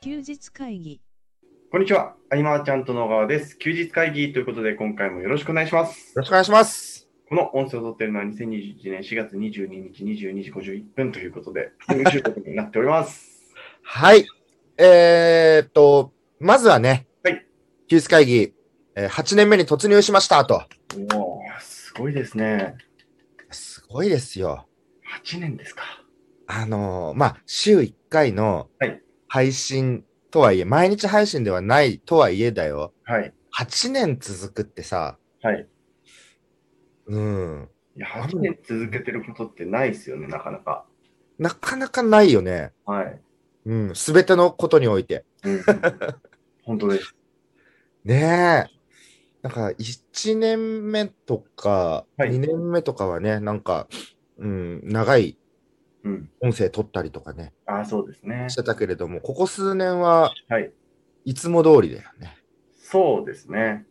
休日会議こんにちは。アニマーちゃんと野川です。休日会議ということで、今回もよろしくお願いします。よろしくお願いします。この音声を撮っているのは2021年4月22日22時51分ということで、編集局になっております。はい。えー、っと、まずはね、はい休日会議、えー8年目に突入しましたと。 おーすごいですね。すごいですよ。 8年ですか。あのーまあ、週1回のはい配信とはいえ、毎日配信ではないとはいえだよ。はい。 8年続くってさ、はい。うん、いや、8年続けてることってないですよね、なかなか。なかなかないよね。はい。うん、すべてのことにおいて。うん、 本当です。ねえ。なんか、1年目とか、はい2年目とかはね、なんか、うん、長いうん。音声取ったりとかね、ああ、そうですねし。てたけれども、ここ数年ははい。いつも通りだよね。そうです ね。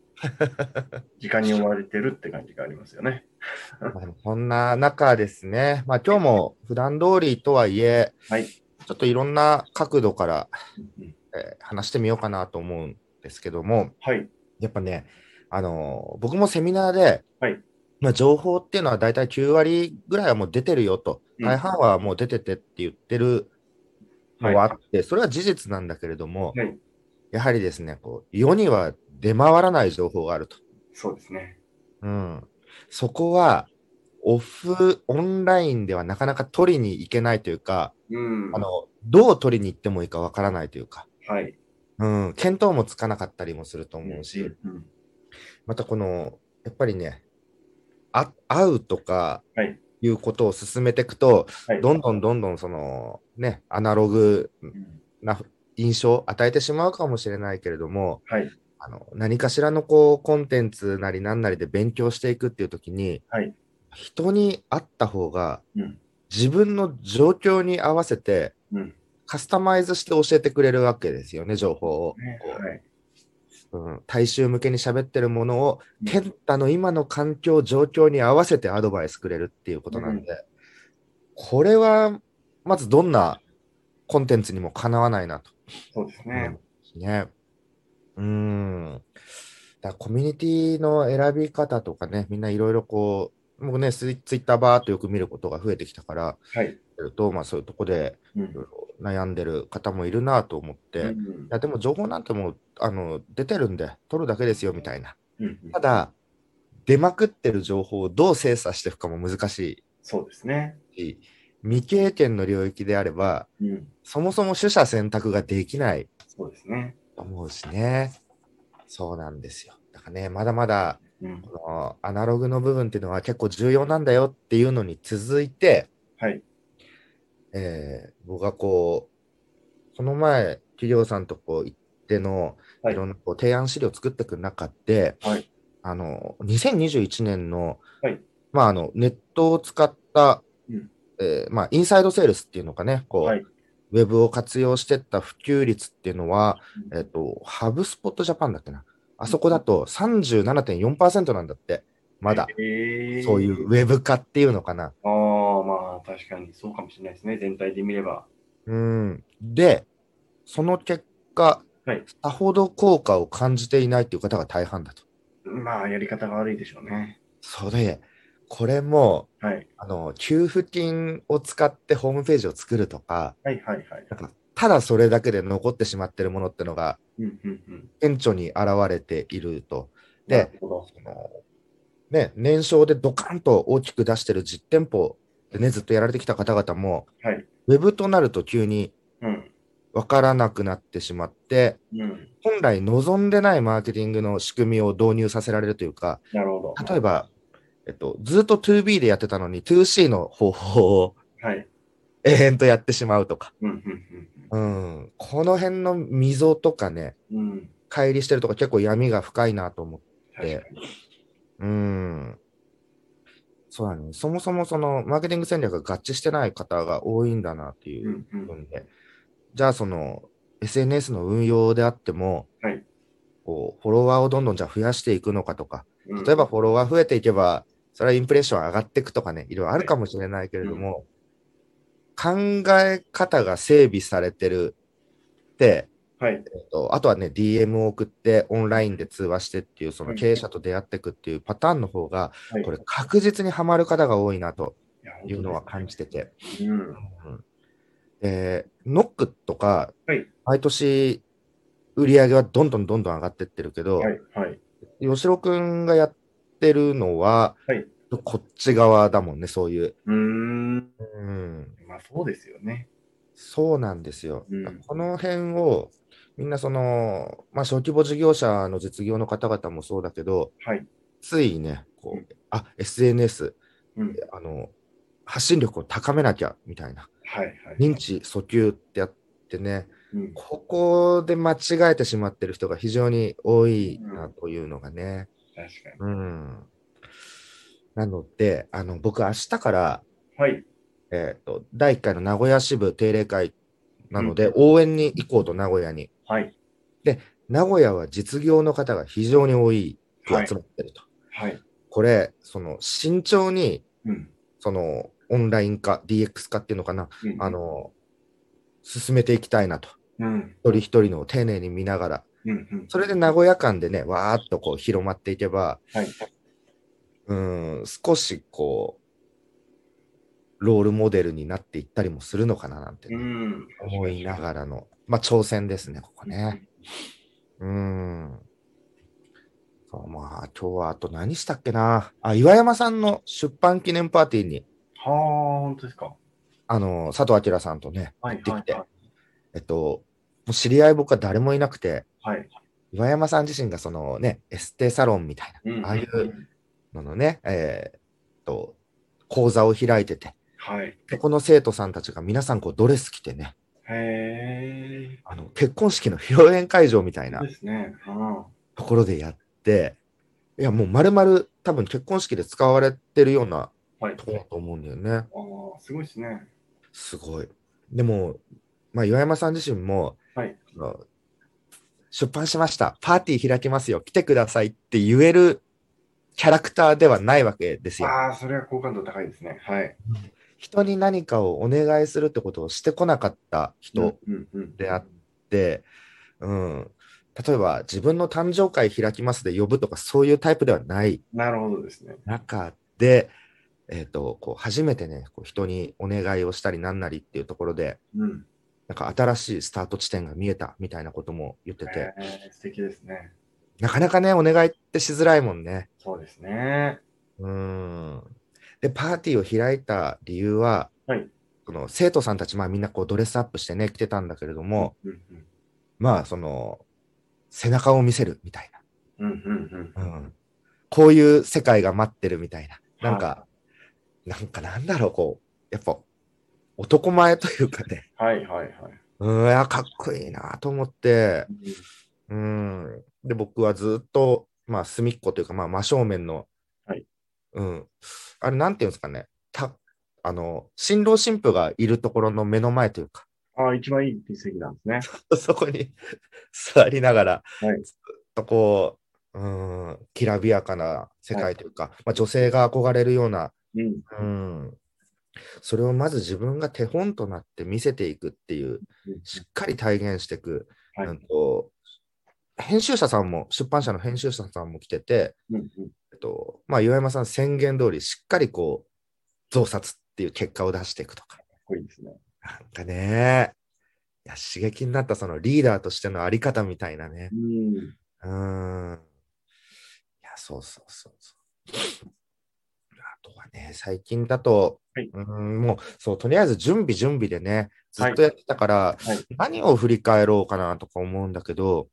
時間に追われてるって感じがありますよね。まあそんな中ですね、まあ今日も普段通りとはいえ、はいちょっといろんな角度から、うんえー話してみようかなと思うんですけども、はい。やっぱね、あのー僕もセミナーで、はいまあ、情報っていうのは大体9割ぐらいはもう出てるよと、うん大半はもう出ててって言ってるのはあって、それは事実なんだけれども、はい。やはりですね、こう世には出回らない情報があると。そうですね。うん、そこはオフ、オンラインではなかなか取りに行けないというか、うん。あのどう取りに行ってもいいかわからないというか、はい。うん、見当もつかなかったりもすると思うし、うんまたこの、やっぱりね、あ会うとかはいいうことを進めていくと、はい、どんどんどんどんその、ね、アナログうんな印象を与えてしまうかもしれないけれども、はい。あの何かしらのこうコンテンツなり何なりで勉強していくっていう時に、はい人に会った方がうん自分の状況に合わせてうん。カスタマイズして教えてくれるわけですよね情報を、ねこはい。ううん、大衆向けに喋ってるものをうん健太の今の環境状況に合わせてアドバイスくれるっていうことなんで、これはまずどんなコンテンツにもかなわないなとそうですねね。。ね。うーん。だからコミュニティの選び方とかね、みんないろいろこう、僕ね、ツイツイッターバーっとよく見ることが増えてきたから、はい。えっとまあ、そういうとこでうんいろいろ悩んでる方もいるなと思って、ういんやでも情報なんてもうあの出てるんで、取るだけですよみたいな。うんただ、出まくってる情報をどう精査していくかも難しそうですね。いし未経験の領域であれば、うん。そもそも取捨選択ができないそうですね。思うしね。そうなんですよ。だからね、まだまだうん。このアナログの部分っていうのは結構重要なんだよっていうのに続いて、はい。えー僕がこう、この前、企業さんとこう行っての、はいいろんなこう提案資料を作っていく中で、はいあの、2021年の、はいまあ、あの、ネットを使った、うんえーまあ、インサイドセールスっていうのかね、こう、はい。ウェブを活用してった普及率っていうのは、うえっと、ハブスポットジャパンだっけな。あそこだと37.4%なんだって。まだ。えーそういうウ。ェブ化っていうのかな。ああ、まあ確かにそうかもしれないですね。全体で見れば。うん。で、その結果、はいさほど効果を感じていないっていう方が大半だと。まあやり方が悪いでしょうね。それ、これも、はい。あの、給付金を使ってホームページを作るとか、はいはいはい。なんかただそれだけで残ってしまってるものってのが、うんうんうん。顕著に現れていると。でなるほど。そのね、年商でドカンと大きく出してる実店舗でね、ずっとやられてきた方々も、はい。ウェブとなると急にうん。分からなくなってしまって、うん。本来望んでないマーケティングの仕組みを導入させられるというか、なるほど。例えば、えっと、ずっと 2B でやってたのに 2C の方法をはい。永遠とやってしまうとか、うんうんうん、この辺の溝とかね、うんうん。うん。乖離してるとか結構闇が深いなと思って確かに。うーん。そうだね。そもそもそのマーケティング戦略が合致してない方が多いんだなっていううんう部ん。分で、じゃあその SNS の運用であっても、はいこうフォロワーをどんどんじゃあ増やしていくのかとか、うん例えば、フォロワー増えていけば、それはインプレッション上がっていくとかね、いろいろあるかもしれないけれども、考え方が整備されてるって、はい。えっとあとはね、DM を送って、オンラインで通話してっていう、その経営者と出会っていくっていうパターンの方が、はい、これ、確実にはまる方が多いなといいうのは感じてて。じうん。で、ノックとかはい、毎年、売り上げはどんどんどんどん上がってってるけど、はい。はい。吉郎くんがやってるのは、はいこっち側だもんね、そういう。うーん。うん、まあ、そうですよね。そうなんですよ。うんこの辺を、みんなその、まあ、小規模事業者の実業の方々もそうだけど、はい。ついね、こうう、あ、SNS、うん。あの、発信力を高めなきゃ、みたいな。はい。はい。認知訴求ってやってね、うんここで間違えてしまってる人が非常に多いなというのがね。確かに。うん。なので、あの、僕明日から、はい。えっ、と、第1回の名古屋支部定例会なので、応援に行こうと名古屋に。はい。名古屋は実業の方が非常に多い、集まはっい。てると。はい。これ、その、慎重に、うん。その、オンライン化、DX 化っていうのかな、うんあ、の、進めていきたいなと。うん。一人一人のを丁寧に見ながら。うん。うん。それで名古屋間でね、わーっとこう広まっていけば、はい。うん、少しこう、ロールモデルになっていったりもするのかななんてうね、ん。思いながらの、まあ挑戦ですね、ここね。うん。そうまあ今日はあと何したっけな。あ、岩山さんの出版記念パーティーに、はあ、本当ですか。あの、佐藤明さんとね、はい。行はっいてきて、。えっと、もう知り合い僕は誰もいなくて、はい。岩山さん自身がそのね、エステサロンみたいな、うんああいう。ののね、えーっと、講座を開いてて、はい。そこの生徒さんたちが皆さんこうドレス着てね、へえ。あの結婚式の披露宴会場みたいなそうですね。うん。ところでやって、いやもう丸々多分結婚式で使われてるようなはい。とこだと思うんだよね。ああ、すごいですね。すごい。でも、まあ、岩山さん自身も、はいあの出版しました、パーティー開きますよ、来てくださいって言えるキャラクターではないわけですよ。ああ、それは好感度高いですね。はい。人に何かをお願いするってことをしてこなかった人うんうん。であって、うん例えば自分の誕生会開きますで呼ぶとかそういうタイプではないなるほどですね。中で、えー、とこう初めてねこう人にお願いをしたりなんなりっていうところでうん。なんか新しいスタート地点が見えたみたいなことも言ってて、えー素敵ですね。なかなかねお願いってしづらいもんね。そうですね。うんでパーティーを開いた理由は、はいその生徒さんたち、まあ、みんなこうドレスアップしてね来てたんだけれども、うんうんまあ、その、背中を見せるみたいうんうんうな。ん。こういう世界が待ってるみたいな。なんはか、なんかなんだろう、こう、やっぱ、男前というかね。はいはいはい。うん、いや、かっこいいなと思ってう、んうん。で、僕はずっと、まあ、隅っこというか、まあ、真正面の、はい。うん。あれ、なんていうんですかね。た、あの、新郎新婦がいるところの目の前というか、 ああ、一番いい席なんですね。そこに 座りながら、はいずっとこう、うーん、きらびやかな世界というか、まあ、女性が憧れるような、 うん。うん、それをまず自分が手本となって見せていくっていう、しっかり体現していく、はいうんと、編集者さんも、出版社の編集者さんも来てて、うんうんえっとまあ、岩山さん宣言通り、しっかりこう、増刷っていう結果を出していくとか。かっこいいですね。なんかね、いや刺激になったそのリーダーとしてのあり方みたいなね。うん。うーん。いや、そうそうそうそう。あとはね、最近だと、はいうーんもう、そう、とりあえず準備準備でね、ずっとやってたから、はい。何を振り返ろうかなとか思うんだけど、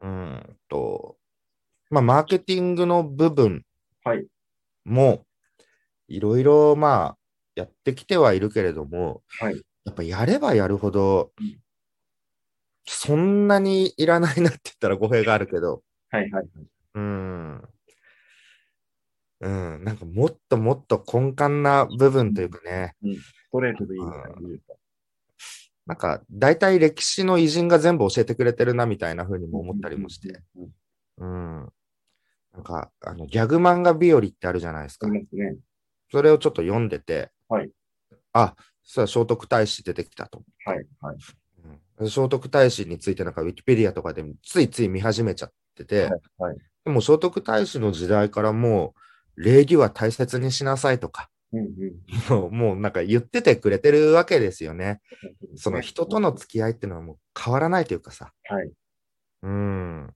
うーんと、まあ、マーケティングの部分はい。も、いろいろ、まあ、やってきてはいるけれども、はい。やっぱやればやるほどうん、そんなにいらないなって言ったら語弊があるけど、はい。はい。うん。うん、なんかもっともっと根幹な部分というかね、ストレートでいいみたいな感じですか。なんか大体歴史の偉人が全部教えてくれてるなみたいな風にも思ったりもして、うん。うん。なんか、あの、ギャグ漫画日和ってあるじゃないですあか。りますね。それをちょっと読んでて、はいあ、そうだ聖徳太子出てきたとはい。はい。うん聖徳太子についてなんかウィキペディアとかでついつい見始めちゃってて、はいはいでも聖徳太子の時代からもう礼儀は大切にしなさいとか、うんうんもうもうなんか言っててくれてるわけですよね。うんその人との付き合いっていうのはもう変わらないというかさ。はい。うん。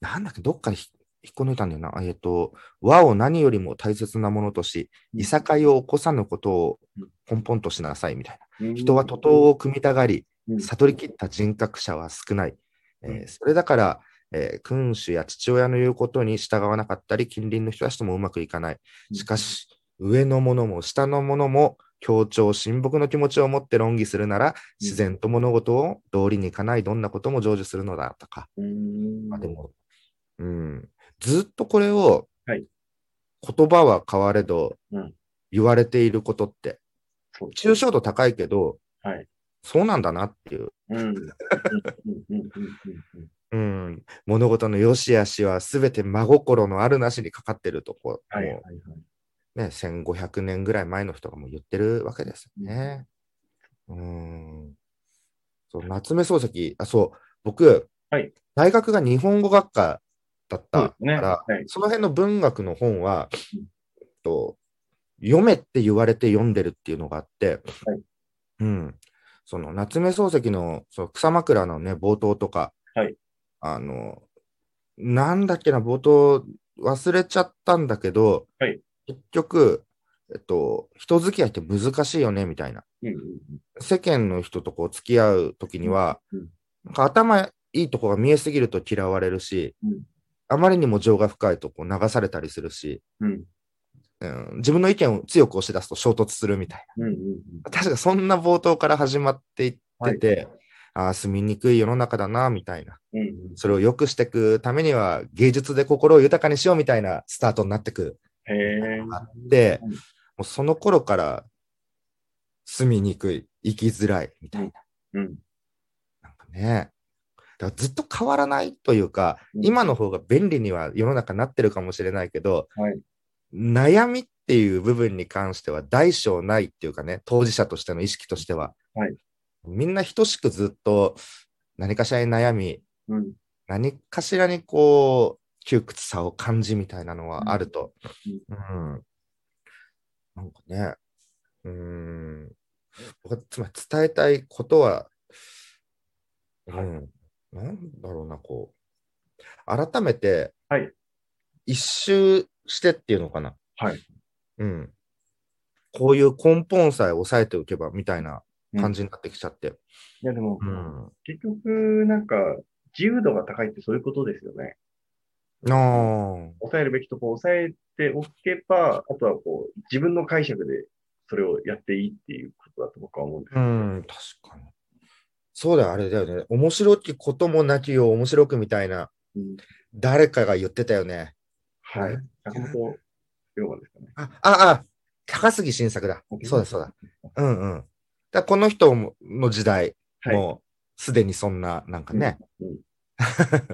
なんだっけ、どっかでひ引っこ抜いたんだよな。あえっと、和を何よりも大切なものとし、いさかいを起こさぬことを根本としなさいみたいな。人は徒党を組みたがり、うん悟り切った人格者は少ない。えーそれだから、えー君主や父親の言うことに従わなかったり、近隣の人たちともうまくいかない。しかし、上の者も下の者も協調、親睦の気持ちを持って論議するなら、自然と物事を道理にいかないどんなことも成就するのだとか。うんまあでも、うん、ずっとこれを、はい言葉は変われど、うん言われていることって、そう抽象度高いけど、はいそうなんだなっていう。うんうんうんうんうんうんうん、物事の良し悪しは全て真心のあるなしにかかってるとこ、はいはいもはいうね、1500年ぐらい前の人がもう言ってるわけですよね。うん、そう夏目漱石あそう僕、はい大学が日本語学科だったそかうですねら、はいその辺の文学の本はうん、と読めって言われて読んでるっていうのがあって、はいうん、その夏目漱石のその草枕のね冒頭とか、はいあのなんだっけな冒頭忘れちゃったんだけど、はい結局、えっと、人付き合いって難しいよねみたいなうんうん世間の人とこう付き合う時には、うんなんか頭いいとこが見えすぎると嫌われるし、うんあまりにも情が深いとこう流されたりするし、うんうん、自分の意見を強く押し出すと衝突するみたいうんうんな。 確かそんな冒頭から始まっていってて、ああ、住みにくい世の中だな、みたいな。うんうんそれを良くしていくためには芸術で心を豊かにしようみたいなスタートになってくへえあって、うんもうその頃から住みにくい、生きづらいみたいな。うんなんかね。だからずっと変わらないというか、うん今の方が便利には世の中なってるかもしれないけど、はい悩みっていう部分に関しては大小ないっていうかね、当事者としての意識としては。はいみんな等しくずっと何かしらに悩み、うん何かしらにこう、窮屈さを感じみたいなのはあると。うん。なんかね、うーん。僕はつまり伝えたいことは、うん。なんだろうな、こう。改めて、はい一周してっていうのかな。はいうん。こういう根本さえ押さえておけばみたいな感じになってきちゃって。いやでもうん。結局なんか自由度が高いってそういうことですよねなあ。抑えるべきとこを抑えておけばあとはこう自分の解釈でそれをやっていいっていうことだと僕は思うんですうん、確かに。そうだよ、あれだよね。面白きこともなきを面白くみたいな、うん誰かが言ってたよね。はい坂本龍馬ですかねあ、あ、あ、高杉晋作だ。そうだ、そうだ。うんうん。だからこの人もの時代、はいもうすでにそんな、なんかね。うんうん だか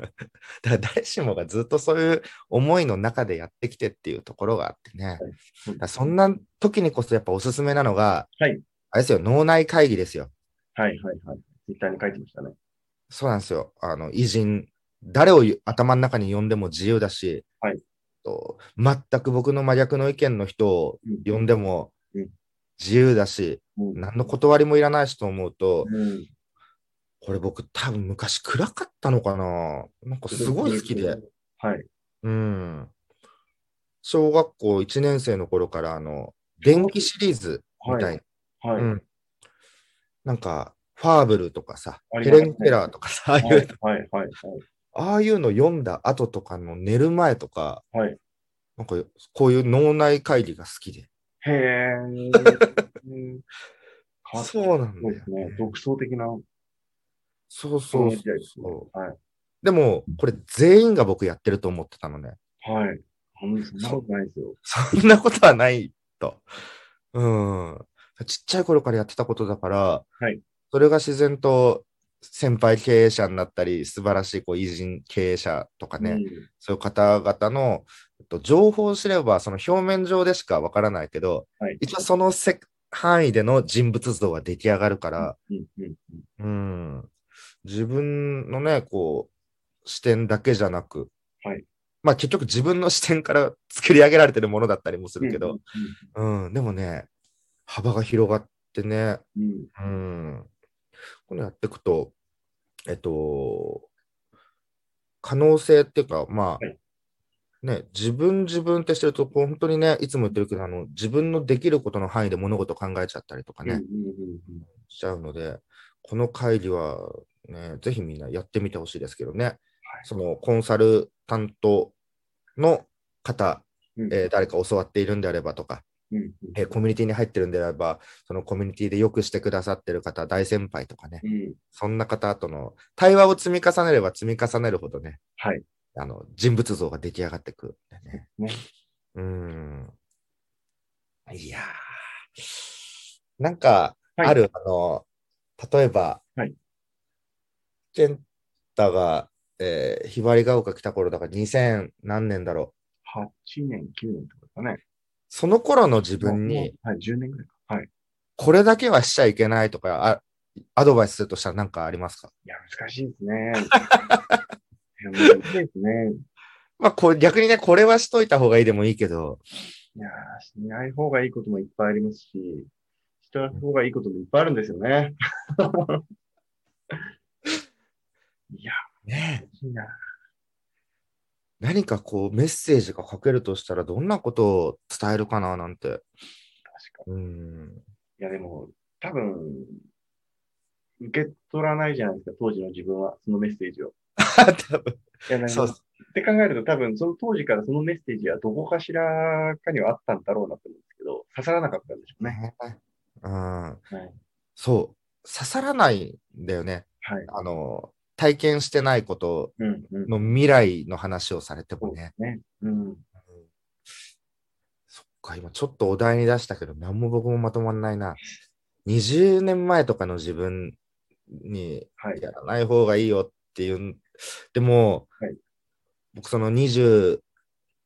ら誰しもがずっとそういう思いの中でやってきてっていうところがあってね。だからそんな時にこそやっぱおすすめなのが、はいあれですよ、脳内会議ですよ。はいはいはいツイッターに書いてましたねそうなんですよ。あの、偉人、誰を頭の中に呼んでも自由だし、はいと全く僕の真逆の意見の人をうん呼んでもうん自由だし、うん何の断りもいらないしと思うと、うんこれ僕多分昔暗かったのかななんかすごい好きで。はいうん。小学校1年生の頃から、あの、電気シリーズみたいな、はいはい、うん。なんか、ファーブルとかさ、ありヘますレねン・ケラーとかさ、ああいうはいはいはいああいうの読んだ後とかの寝る前とか、はいなんかこういう脳内会議が好きで。へえ うん変わったそうなんそうだでよすね。独創的な。そうそうそう時代ですねそう。はい。でも、これ全員が僕やってると思ってたのね。 はい。あんそんなことないですよ。そんなことはないと。うん。ちっちゃい頃からやってたことだから、はいそれが自然と先輩経営者になったり、素晴らしいこう偉人経営者とかね、そういう方々のえっと情報を知れば、その表面上でしかわからないけど、うん。はい。一応そのせ範囲での人物像は出来上がるから、うんうんうん。うん、自分のね、こう、視点だけじゃなく、はいまあ結局自分の視点から作り上げられてるものだったりもするけうどん、うん、でもね、幅が広がってね、うんうんうん、これやっていくと、えっと、可能性っていうか、まはあ、いね、自分自分ってしてると、こう本当にね、いつも言ってるけど、あの自分のできることの範囲で物事を考えちゃったりとかうんうんね、うんうんしちゃうので、この会議は、ね、ぜひみんなやってみてほしいですけどね、そのコンサル担当の方、うんえー誰か教わっているんであればとか、うんうんえーコミュニティに入ってるんであれば、そのコミュニティでよくしてくださってる方、大先輩とかね、うんそんな方との対話を積み重ねれば積み重ねるほどね、はい。あの人物像が出来上がってくるんでね。ねうーん。いやー。なんか、はいある、あの、例えば、はい健太が、えーひばりが丘来た頃だから2000何年だろう。 8年、9年とかですかね。その頃の自分もうもに、うはい、10年ぐらいか。はい。これだけはしちゃいけないとか、あアドバイスするとしたら何かありますかいや、難しいです ね。いや難しいですね。まあ、こう逆にね、これはしといた方がいいでもいいけど、いやー、しない方がいいこともいっぱいありますし、した方がいいこともいっぱいあるんですよね。いや、ねえ難しいな。何かこうメッセージが書けるとしたらどんなことを伝えるかななんて。確かうん。いや、でも、多分、受け取らないじゃないですか、当時の自分は、そのメッセージを。 多分いや、でもそうですって考えると、多分、その当時からそのメッセージはどこかしらかにはあったんだろうなと思うんですけど、刺さらなかったんでしょうね。ね。うん。はい。そう。刺さらないんだよね。はい。あの、体験してないことうん、うん。の未来の話をされてそもうでね。すね。うん。そっか、今ちょっとお題に出したけど、何も僕もまとまんないな。20年前とかの自分にはい。やらない方がいいよっていうん。でも、はい僕その23、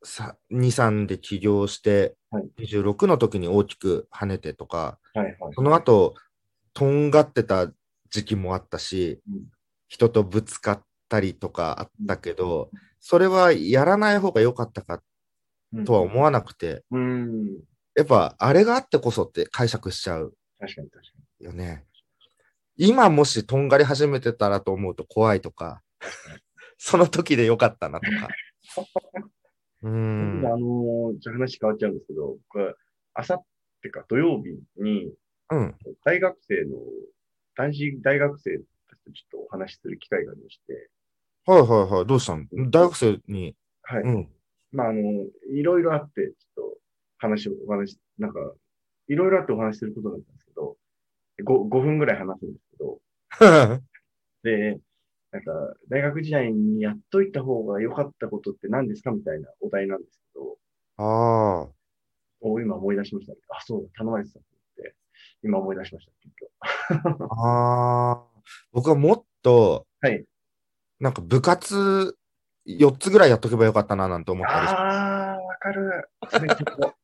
3で起業して、はい26の時に大きく跳ねてとか、はい。はい。その後、とんがってた時期もあったし、うん人とぶつかったりとかあったけど、それはやらない方が良かったかうんとは思わなくて、うん。やっぱあれがあってこそって解釈しちゃう確かに、確かよね。今もしとんがり始めてたらと思うと怖いとか、 その時でよかったなとか。うに。ん。あのーじゃあ話変わっちゃうんですけど、僕は、あさってか土曜日に、うん。大学生の、男子大学生たちとちょっとお話しする機会がありまして、はいはいはい。どうしたの大学生に。はい。うん。まあ、あの、いろいろあって、ちょっと話を、お話、なんか、いろいろあってお話しすることなんですけど、5, 5分ぐらい話すんですけど、で、なんか、大学時代にやっといた方が良かったことって何ですかみたいなお題なんですけど、 ああ。お今思い出しました、あ、そうだ、頼まれてたと思って、今思い出しました、結局。ああ。僕はもっと、はい。なんか部活4つぐらいやっとけばよかったななんて思ったりしてあー、わかる。それちょっと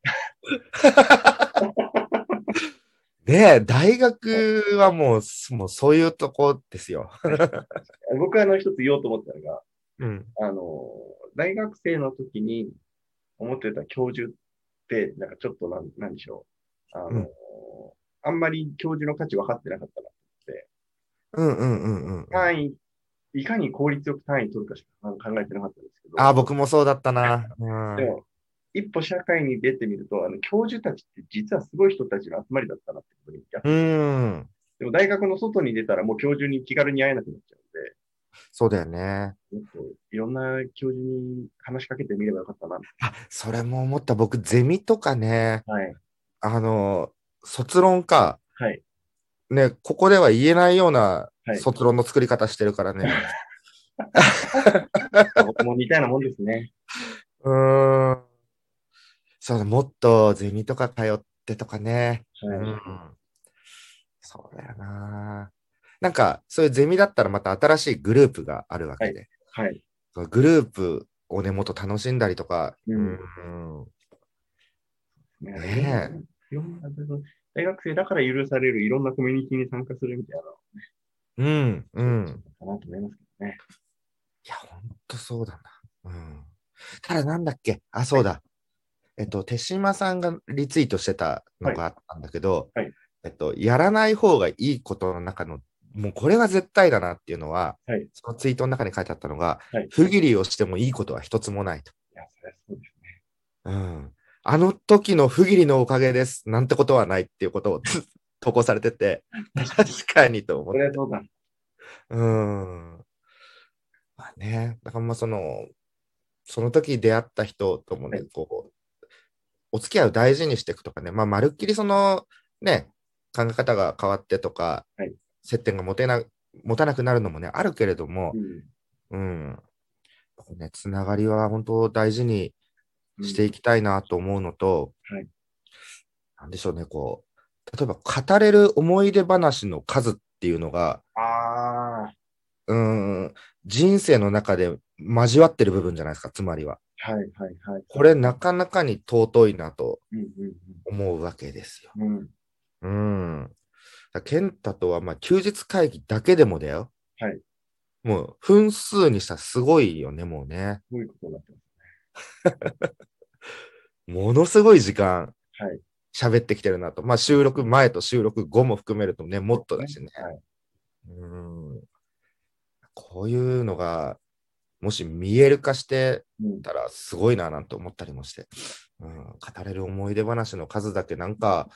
ねえ、大学はもう、もうそういうとこですよ。僕はあの、一つ言おうと思ったのが、うん。あの、大学生の時に思ってた教授って、なんかちょっとなん、なんでしょう。あの、うんあんまり教授の価値分かってなかったな。うんうんうんうん。単位、いかに効率よく単位取るかしか考えてなかったんですけど。ああ、僕もそうだったな。うんでも、一歩社会に出てみると、あの、教授たちって実はすごい人たちの集まりだったなってことに気がうーん。でも大学の外に出たらもう教授に気軽に会えなくなっちゃそうだよね。うんで、もっといろんな教授に話しかけてみればよかったな。あ、それも思った。僕、ゼミとかね、はい。あの、卒論か。はい。ね、ここでは言えないようなはい卒論の作り方してるから ね。僕も似たようなもんですね。うーん。そうだ、もっとゼミとか通ってとかね。はい。そうだよな。なんか、そういうゼミだったらまた新しいグループがあるわけで。はい。そのグループをね、もっと楽しんだりとか。うんうんねねいろんな大学生だから許されるいろんなコミュニティに参加するみたいな。うん、うん。かなと思いますけどね。いや、ほんとそうだな。うん。ただなんだっけあ、そうだ。えっと、手島さんがリツイートしてたのがあったんだけど、はいはいえっと、やらない方がいいことの中の、もうこれは絶対だなっていうのは、はいそのツイートの中に書いてあったのが、はい。い不義理をしてもいいことは一つもないと。や、そりゃそうですね。うん。あの時の不義理のおかげです。なんてことはないっていうことを つ投稿されてて、確かにと思こってれはどうだうーん。まあね、だからまあその、その時出会った人ともね、はいこう、お付き合いを大事にしていくとかね、まあ、まるっきりその、ね、考え方が変わってとか、はい接点が持てな持たなくなるのもね、あるけれどもう、んうん。こうね、つながりは本当大事にしていきたいなと思うのと、うんはいなんでしょうね、こう、例えば語れる思い出話の数っていうのが、ああ、うーん、人生の中で交わってる部分じゃないですか、つまりは。はいはいはい。これ、なかなかに尊いなとうん思うわけですよ。うんうん。うん。うん。だ健太とは、まあ、休日会議だけでもだよ。はい。もう、分数にしたらすごいよね、もうね。どういうことになってまものすごい時間、すはい。喋ってきてるなと。まあ、収録前と収録後も含めるとね、もっとだしね。はい。うん。こういうのが、もし見える化して、うんったらすごいななんて思ったりもして、うん、語れる思い出話の数だけなんか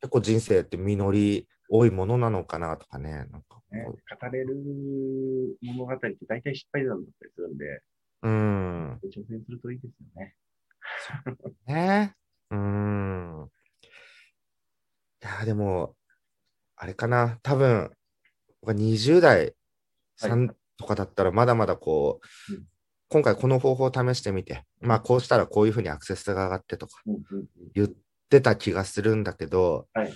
結構人生って実り多いものなのかなとかねなんかね、語れる物語って大体失敗談だったりするんで、うん挑戦するといいですよね。ねうんいやでもあれかな多分僕は20代さんとかだったらまだまだこう、うん今回この方法を試してみてまあこうしたらこういうふうにアクセスが上がってとかうんうんうん。言ってた気がするんだけど、はい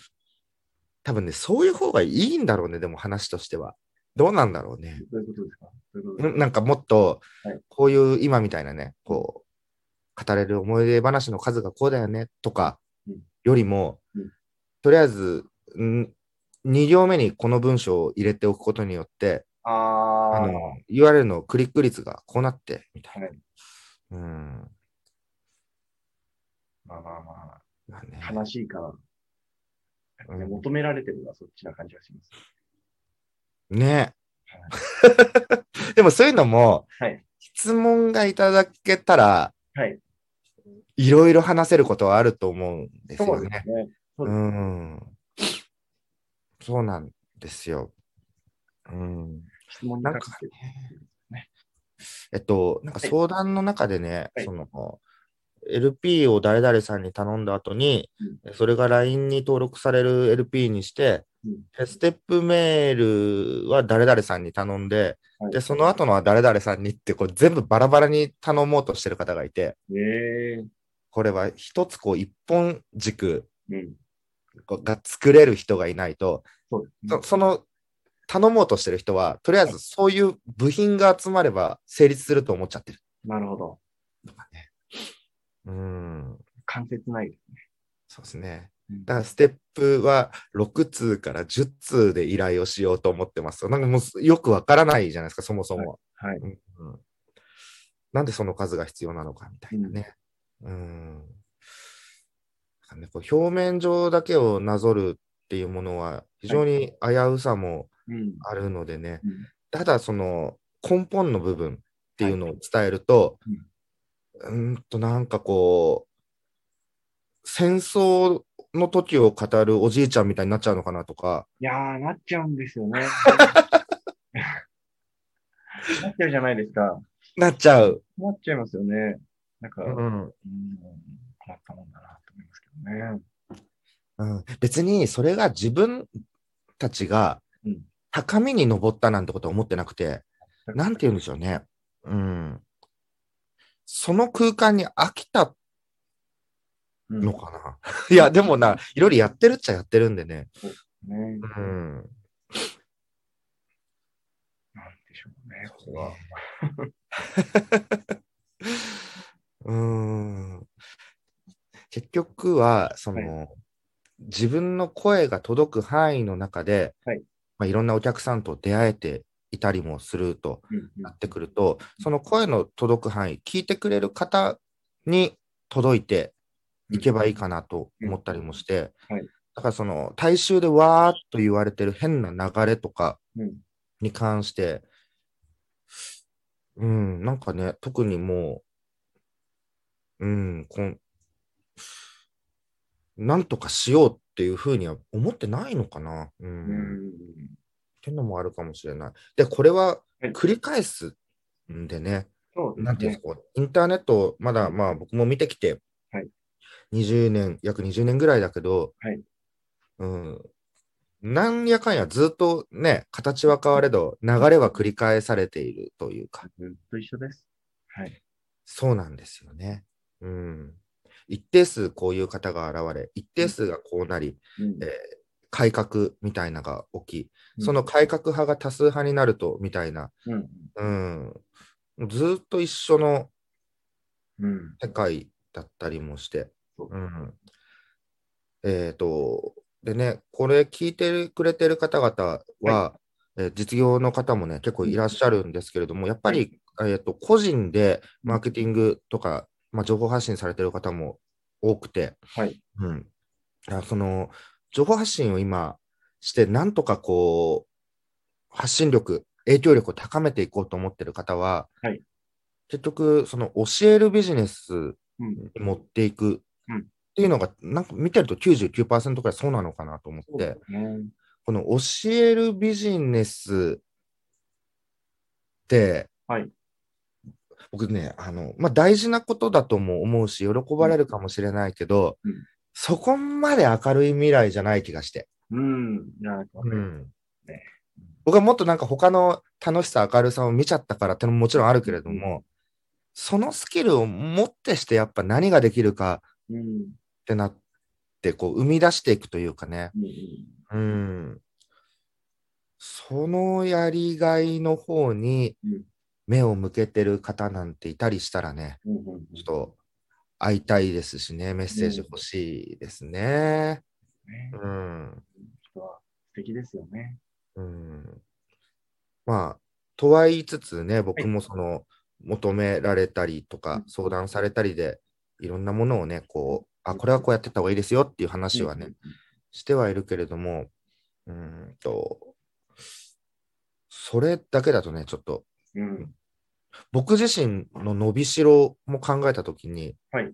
多分ね、そういう方がいいんだろうね、でも話としては。どうなんだろうね。どういうことですかどういうことですんなんかもっとはい、こういう今みたいなね、こう、語れる思い出話の数がこうだよねとかうんよりも、うんとりあえず、ん2行目にこの文章を入れておくことによって、かああのー、 URL のクリック率がこうなって、みたいな。はいうん。まあまあままあねあ、悲しいから、ねうん求められてるのはそっちな感じがします。ね。でもそういう のも、はい。質問がいただけたら、はい。いろいろ話せることはあると思うんですそうよですね。ね。そううですねん。そうなんですよ。うん。質問になかんけかて。ね、えっと、なんかはい相談の中でね、はいその、LP を誰々さんに頼んだ後に、それが LINE に登録される LP にして、うんでステップメールは誰々さんに頼んで、はいで、その後のは誰々さんにって、こう全部バラバラに頼もうとしてる方がいて、ええこれは一つこう一本軸うん。が作れる人がいないと、そうですねそ。その頼もうとしてる人は、とりあえずそういう部品が集まれば成立すると思っちゃってるなるほど。とかね。うーん、関節ないですそうですね。ね。だからステップは6通から10通で依頼をしようと思ってます。なんかもうよくわからないじゃないですか、そもそも。はい。うんうんなんでその数が必要なのかみたいなね。うん。なんかねこう表面上だけをなぞるっていうものは非常に危うさもうん。あるのでね、うんただその根本の部分っていうのを伝えると、うーんとなんかこう、戦争の時を語るおじいちゃんみたいになっちゃうのかなとか、いやー、なっちゃうんです よね。なっちゃうじゃないですか。なっちゃう。なっちゃいますよね。なんか、うん、ん困ったもんだなと思いますけどね。うん、別にそれが自分たちがうん高みに登ったなんてことは思ってなくて、なんて言うんでしょうね。うん。その空間に飽きたうんのか な。いや、でもな、いろいろやってるっちゃやってるんでね。ね。なんでうん。しょうね、こうれは。うん。結局は、その、自分の声が届く範囲の中で、はいまあ、いろんなお客さんと出会えていたりもするとなってくると、その声の届く範囲、聞いてくれる方に届いていけばいいかなと思ったりもして、うんうんはいだからその大衆でわーっと言われてる変な流れとかうんに関して、うん、なんかね、特にもう、うん、こん、なんとかしようっていうふうには思ってないのかな。う。うんんっていうのもあるかもしれない。で、これははい繰り返すんでね、そうなんていうんでですすか、インターネット、まだまあ僕も見てきて、はい20年、約20年ぐらいだけど、はいうん、なんやかんやずっとね、形は変われど、流れは繰り返されているというか、ね。ずっと一緒です。はい。そうなんですよね。うん、一定数こういう方が現れ、一定数がこうなり、うんえー改革みたいなのが起うき、んその改革派が多数派になると、みたいな、うんうん、ずっと一緒のうん。世界だったりもして。そううん、えっ、と、でね、これ聞いてくれてる方々は、えー実業の方もね、結構いらっしゃるんですけれども、やっぱり、えー、と個人でマーケティングとか、まあ、情報発信されてる方も多くて、はいうん、あその情報発信を今して、なんとかこう、発信力、影響力を高めていこうと思ってる方は、はい結局、その教えるビジネスうん。に持っていくうんっていうのが、なんか見てると99%くらいそうなのかなと思そうっでて、すね。この教えるビジネスって、はい僕ね、あの、まあ、大事なことだとも思うし、喜ばれるかもしれないけど、うんそこまで明るい未来じゃない気がして。うん。いや、わかる。ね僕はもっとなんか他の楽しさ、明るさを見ちゃったからってのももちろんあるけれども、そのスキルをもってしてやっぱ何ができるかうん。ってなって、こう生み出していくというかね。うんうん。そのやりがいの方にうん目を向けてる方なんていたりしたらね、うんうんうんちょっと会いたいですしね、メッセージ欲しいですね。ねうん。人は素敵ですよね。うんまあ、とは言いつつね、僕もその、求められたりとうかん、相談されたりで、いろんなものをね、こう、あ、これはこうやってった方がいいですよっていう話はね、してはいるけれども、うーんと、それだけだとね、ちょっと、うん。僕自身の伸びしろも考えたときに、はい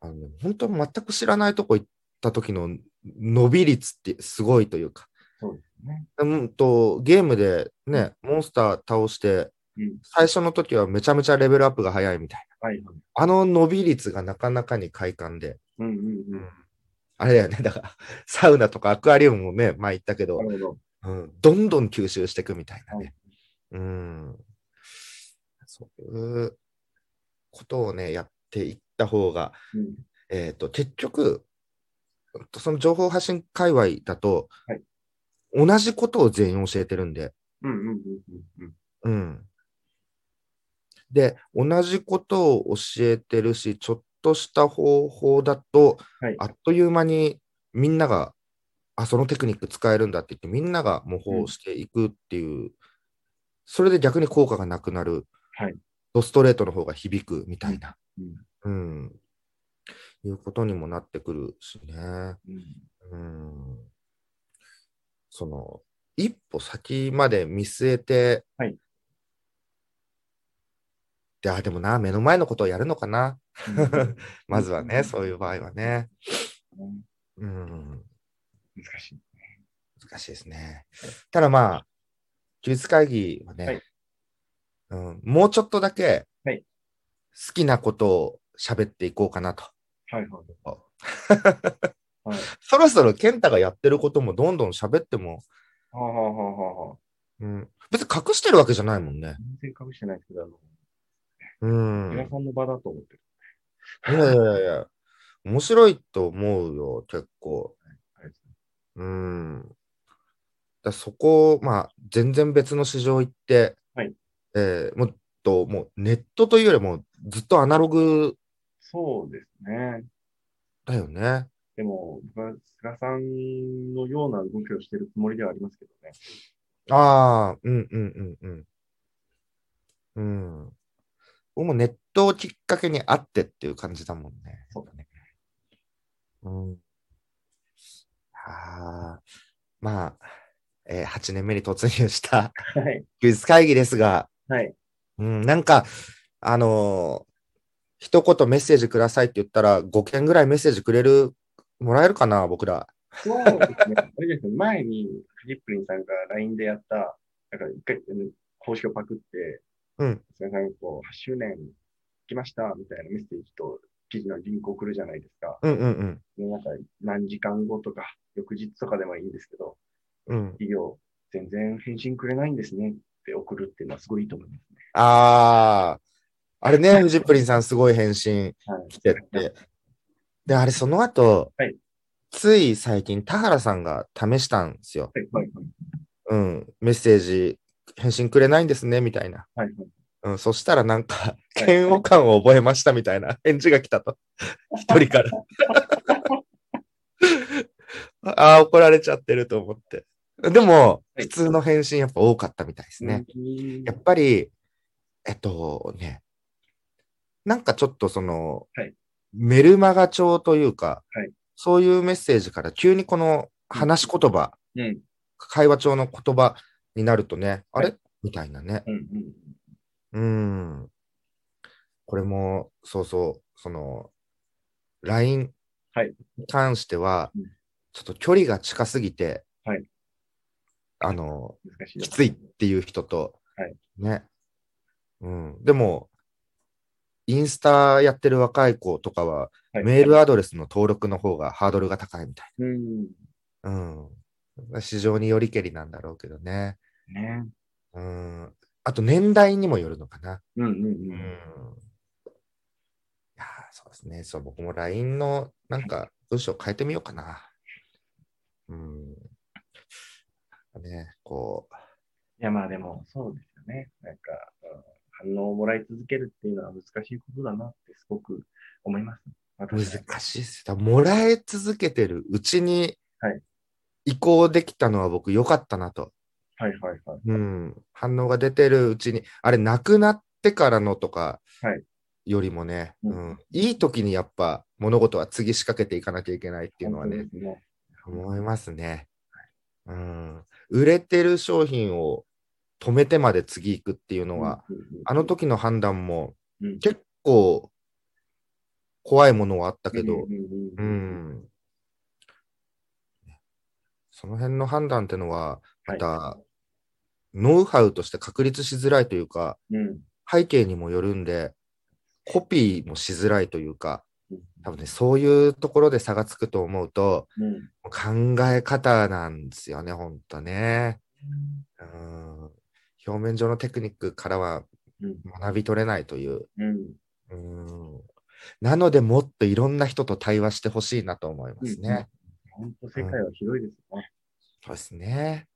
あの、本当全く知らないとこ行った時の伸び率ってすごいというか、そうですね。うんと、ゲームでね、モンスター倒して、うん最初の時はめちゃめちゃレベルアップが早いみたいはいはい。な。あの伸び率がなかなかに快感で。うんうんうん。あれだよね、だから、サウナとかアクアリウムもね、前言ったけどな、るほど。うん、どんどん吸収していくみたいなね。うん。そういうことをね、やっていった方が、うん。えっ、と、結局、その情報発信界隈だと、はい同じことを全員教えてるんで、うんうんうんうんうん。うん。で、同じことを教えてるし、ちょっとした方法だと、はいあっという間にみんなが、あ、そのテクニック使えるんだって言って、みんなが模倣していくっていう、それで逆に効果がなくなる、はいドストレートの方が響くみたいな、うんうん、いうことにもなってくるしね。うんうんその一歩先まで見据えて、はいで、あ、でもな、目の前のことをやるのかな、うんまずはうね、んそういう場合はね。うんうん、難しい。難しいですね。ただまあ、休日会議はね、はいうん、もうちょっとだけ、はい好きなことを喋っていこうかなと。はいはい。はい。そろそろ健太がやってることもどんどん喋っても、はあはあはあはあはあ。うん、別に隠してるわけじゃないもんね。全然隠してないですけど、あの、うん。皆さんの場だと思ってる。いやいやいや、面白いと思うよ、結構。あれですねうん。だそこを、まあ、全然別の市場行って、はいえーもっと、もうネットというよりも、ずっとアナログそうですね。だよね。でも、僕は菅さんのような動きをしてるつもりではありますけどね。ああ、うんうんうんうん。うん。僕もネットをきっかけにあってっていう感じだもんね。そうだね。うん。ああ、まあ、えー8年目に突入したはい。クイズ会議ですが、はい。うん、なんか、あのー一言メッセージくださいって言ったら、5件ぐらいメッセージくれる、もらえるかな、僕ら。そうですね。 あれですね。前に、フリップリンさんが LINE でやった、なんか一回、うん公式をパクって、うん。菅さんがこう、8周年来ました、みたいなメッセージと記事のリンク送るじゃないですか。うんうんもうなんか何時間後とか、翌日とかでもいいんですけど、うん。うん。企業、全然返信くれないんですねって送るっていうのはすごいいいと思いますね。ああ、あれね、フジップリンさんすごい返信はい。来てって。で、あれその後、はいつい最近田原さんが試したんですよ。はい、はい、はいうん、メッセージ返信くれないんですね、みたいな。はい。うん、そしたらなんか、嫌悪感を覚えましたみたいな返事が来たと。一人 から。ああ、怒られちゃってると思って。でも、はい普通の返信やっぱ多かったみたいですね。うんやっぱり、えっとね、なんかちょっとその、はいメルマガ帳というか、はいそういうメッセージから急にこの話し言葉、うん、会話帳の言葉になるとね、あれ、はみたいなね。うん、うん。うん。これも、そうそう、その、LINE はいに関してはうん、ちょっと距離が近すぎて、はいあの、難しい。きついっていう人と、はいね。うん。でも、インスタやってる若い子とかは、はいメールアドレスの登録の方がハードルが高いみたいうん。な。うん。市場によりけりなんだろうけどね。ね。うん。あと、年代にもよるのかな。うん、うん、う。うんいん。やーそうですね。そう、僕も LINE のなんか文章変えてみようかな。うん。ね、こう、いや、まあでも、そうですよね。なんか、うん反応をもらい続けるっていうのは難しいことだなってすごく思います。難私はしいですよ。だからもらえ続けてるうちにはい移行できたのは僕良かったなと。はい、はい、はい。うん。反応が出てるうちに、あれ、なくなってからのとかはいよりもね、ううんん、いい時にやっぱ物事は次仕掛けていかなきゃいけないっていうのはね、本当ですね。思いますね。うん、売れてる商品を止めてまで次行くっていうのは、うん、うんうんあの時の判断もうん結構怖いものはあったけど、うんうんううんん、その辺の判断ってのは、またノウハウとして確立しづらいというか、うん背景にもよるんで、コピーもしづらいというか、うん多分ね、そういうところで差がつくと思うと、うん考え方なんですよね、ほんとね。うん表面上のテクニックからはうん学び取れないという。うんうんなので、もっといろんな人と対話してほしいなと思いますうんうんね。本当、世界は広いですね。そうですね。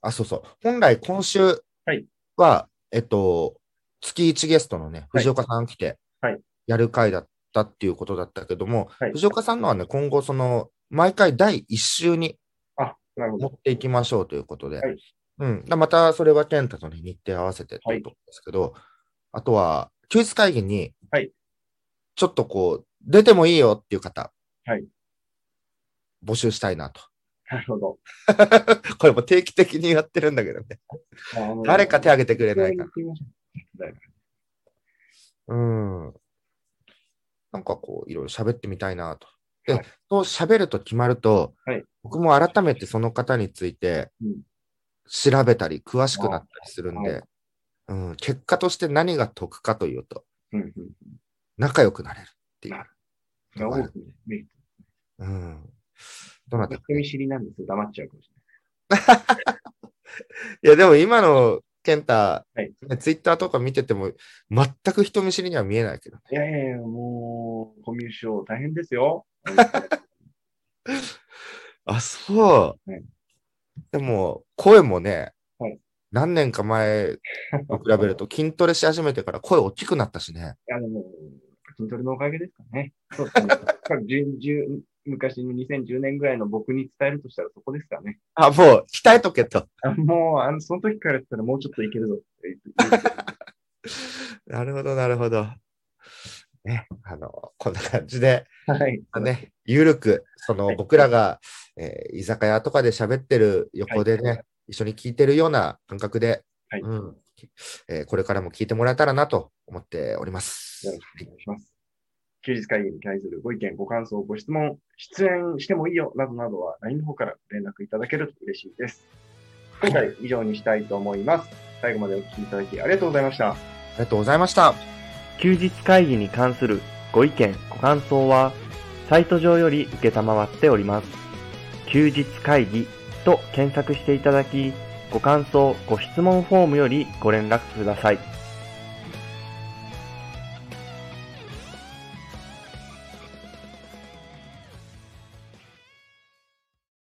あ、そうそう。本来、今週はいは、えっと、月1ゲストのね、藤岡さん来てはい、やる回だったっていうことだったけども、はい藤岡さんのはね、今後、その、毎回第1週にあ、なるほ持ど。っていきましょうということで、はいうん、だまたそれは健太と、ね、日程合わせてというところですけど、あとは、休日会議にはい、ちょっとこう、出てもいいよっていう方、はい募集したいなと。なるほど。これも定期的にやってるんだけどね。あの誰か手挙げてくれないかな。うん。なんかこう、いろいろ喋ってみたいなと。で、はいそう喋ると決まると、はい僕も改めてその方についてうん調べたり、詳しくなったりするんで、はうん、結果として何が得かというと、うんうんうん仲良くなれるっていなう。いや大きなメリットうん。どなたか人見知りなんですよ。黙っちゃうかもしいや、でも今の健太、いねツイッターとか見てても、全く人見知りには見えないけどね。れない。いやいやいや、もう、コミュ障大変です よ。あ、そう。はいでも、声もね、はい何年か前と比べると筋トレし始めてから声大きくなったしね。いや、でも、筋トレのおかげですかね。そうですね。10 10昔の2010年ぐらいの僕に伝えるとしたらそこですかね。あ、もう、鍛えとけと。あもう、あの、その時から言ったらもうちょっといけるぞって言 って。なるほど、なるほど。ね、あの、こんな感じで、はい。ね、ゆるく、そはの、い僕らが、えー居酒屋とかで喋ってる横でね、は一緒に聞いてるような感覚で、はい。うよんえーこれからも聞いてもらえたらなと思っております。ろしくお願いします。休日会議に対するご意見、ご感想、ご質問、出演してもいいよなどなどは LINE の方から連絡いただけると嬉しいです。今回以上にしたいと思います。最後までお聞きいただきありがとうございました。ありがとうございました。休日会議に関するご意見、ご感想は、サイト上より受けたまわっております。休日会議と検索していただき、ご感想、ご質問フォームよりご連絡ください。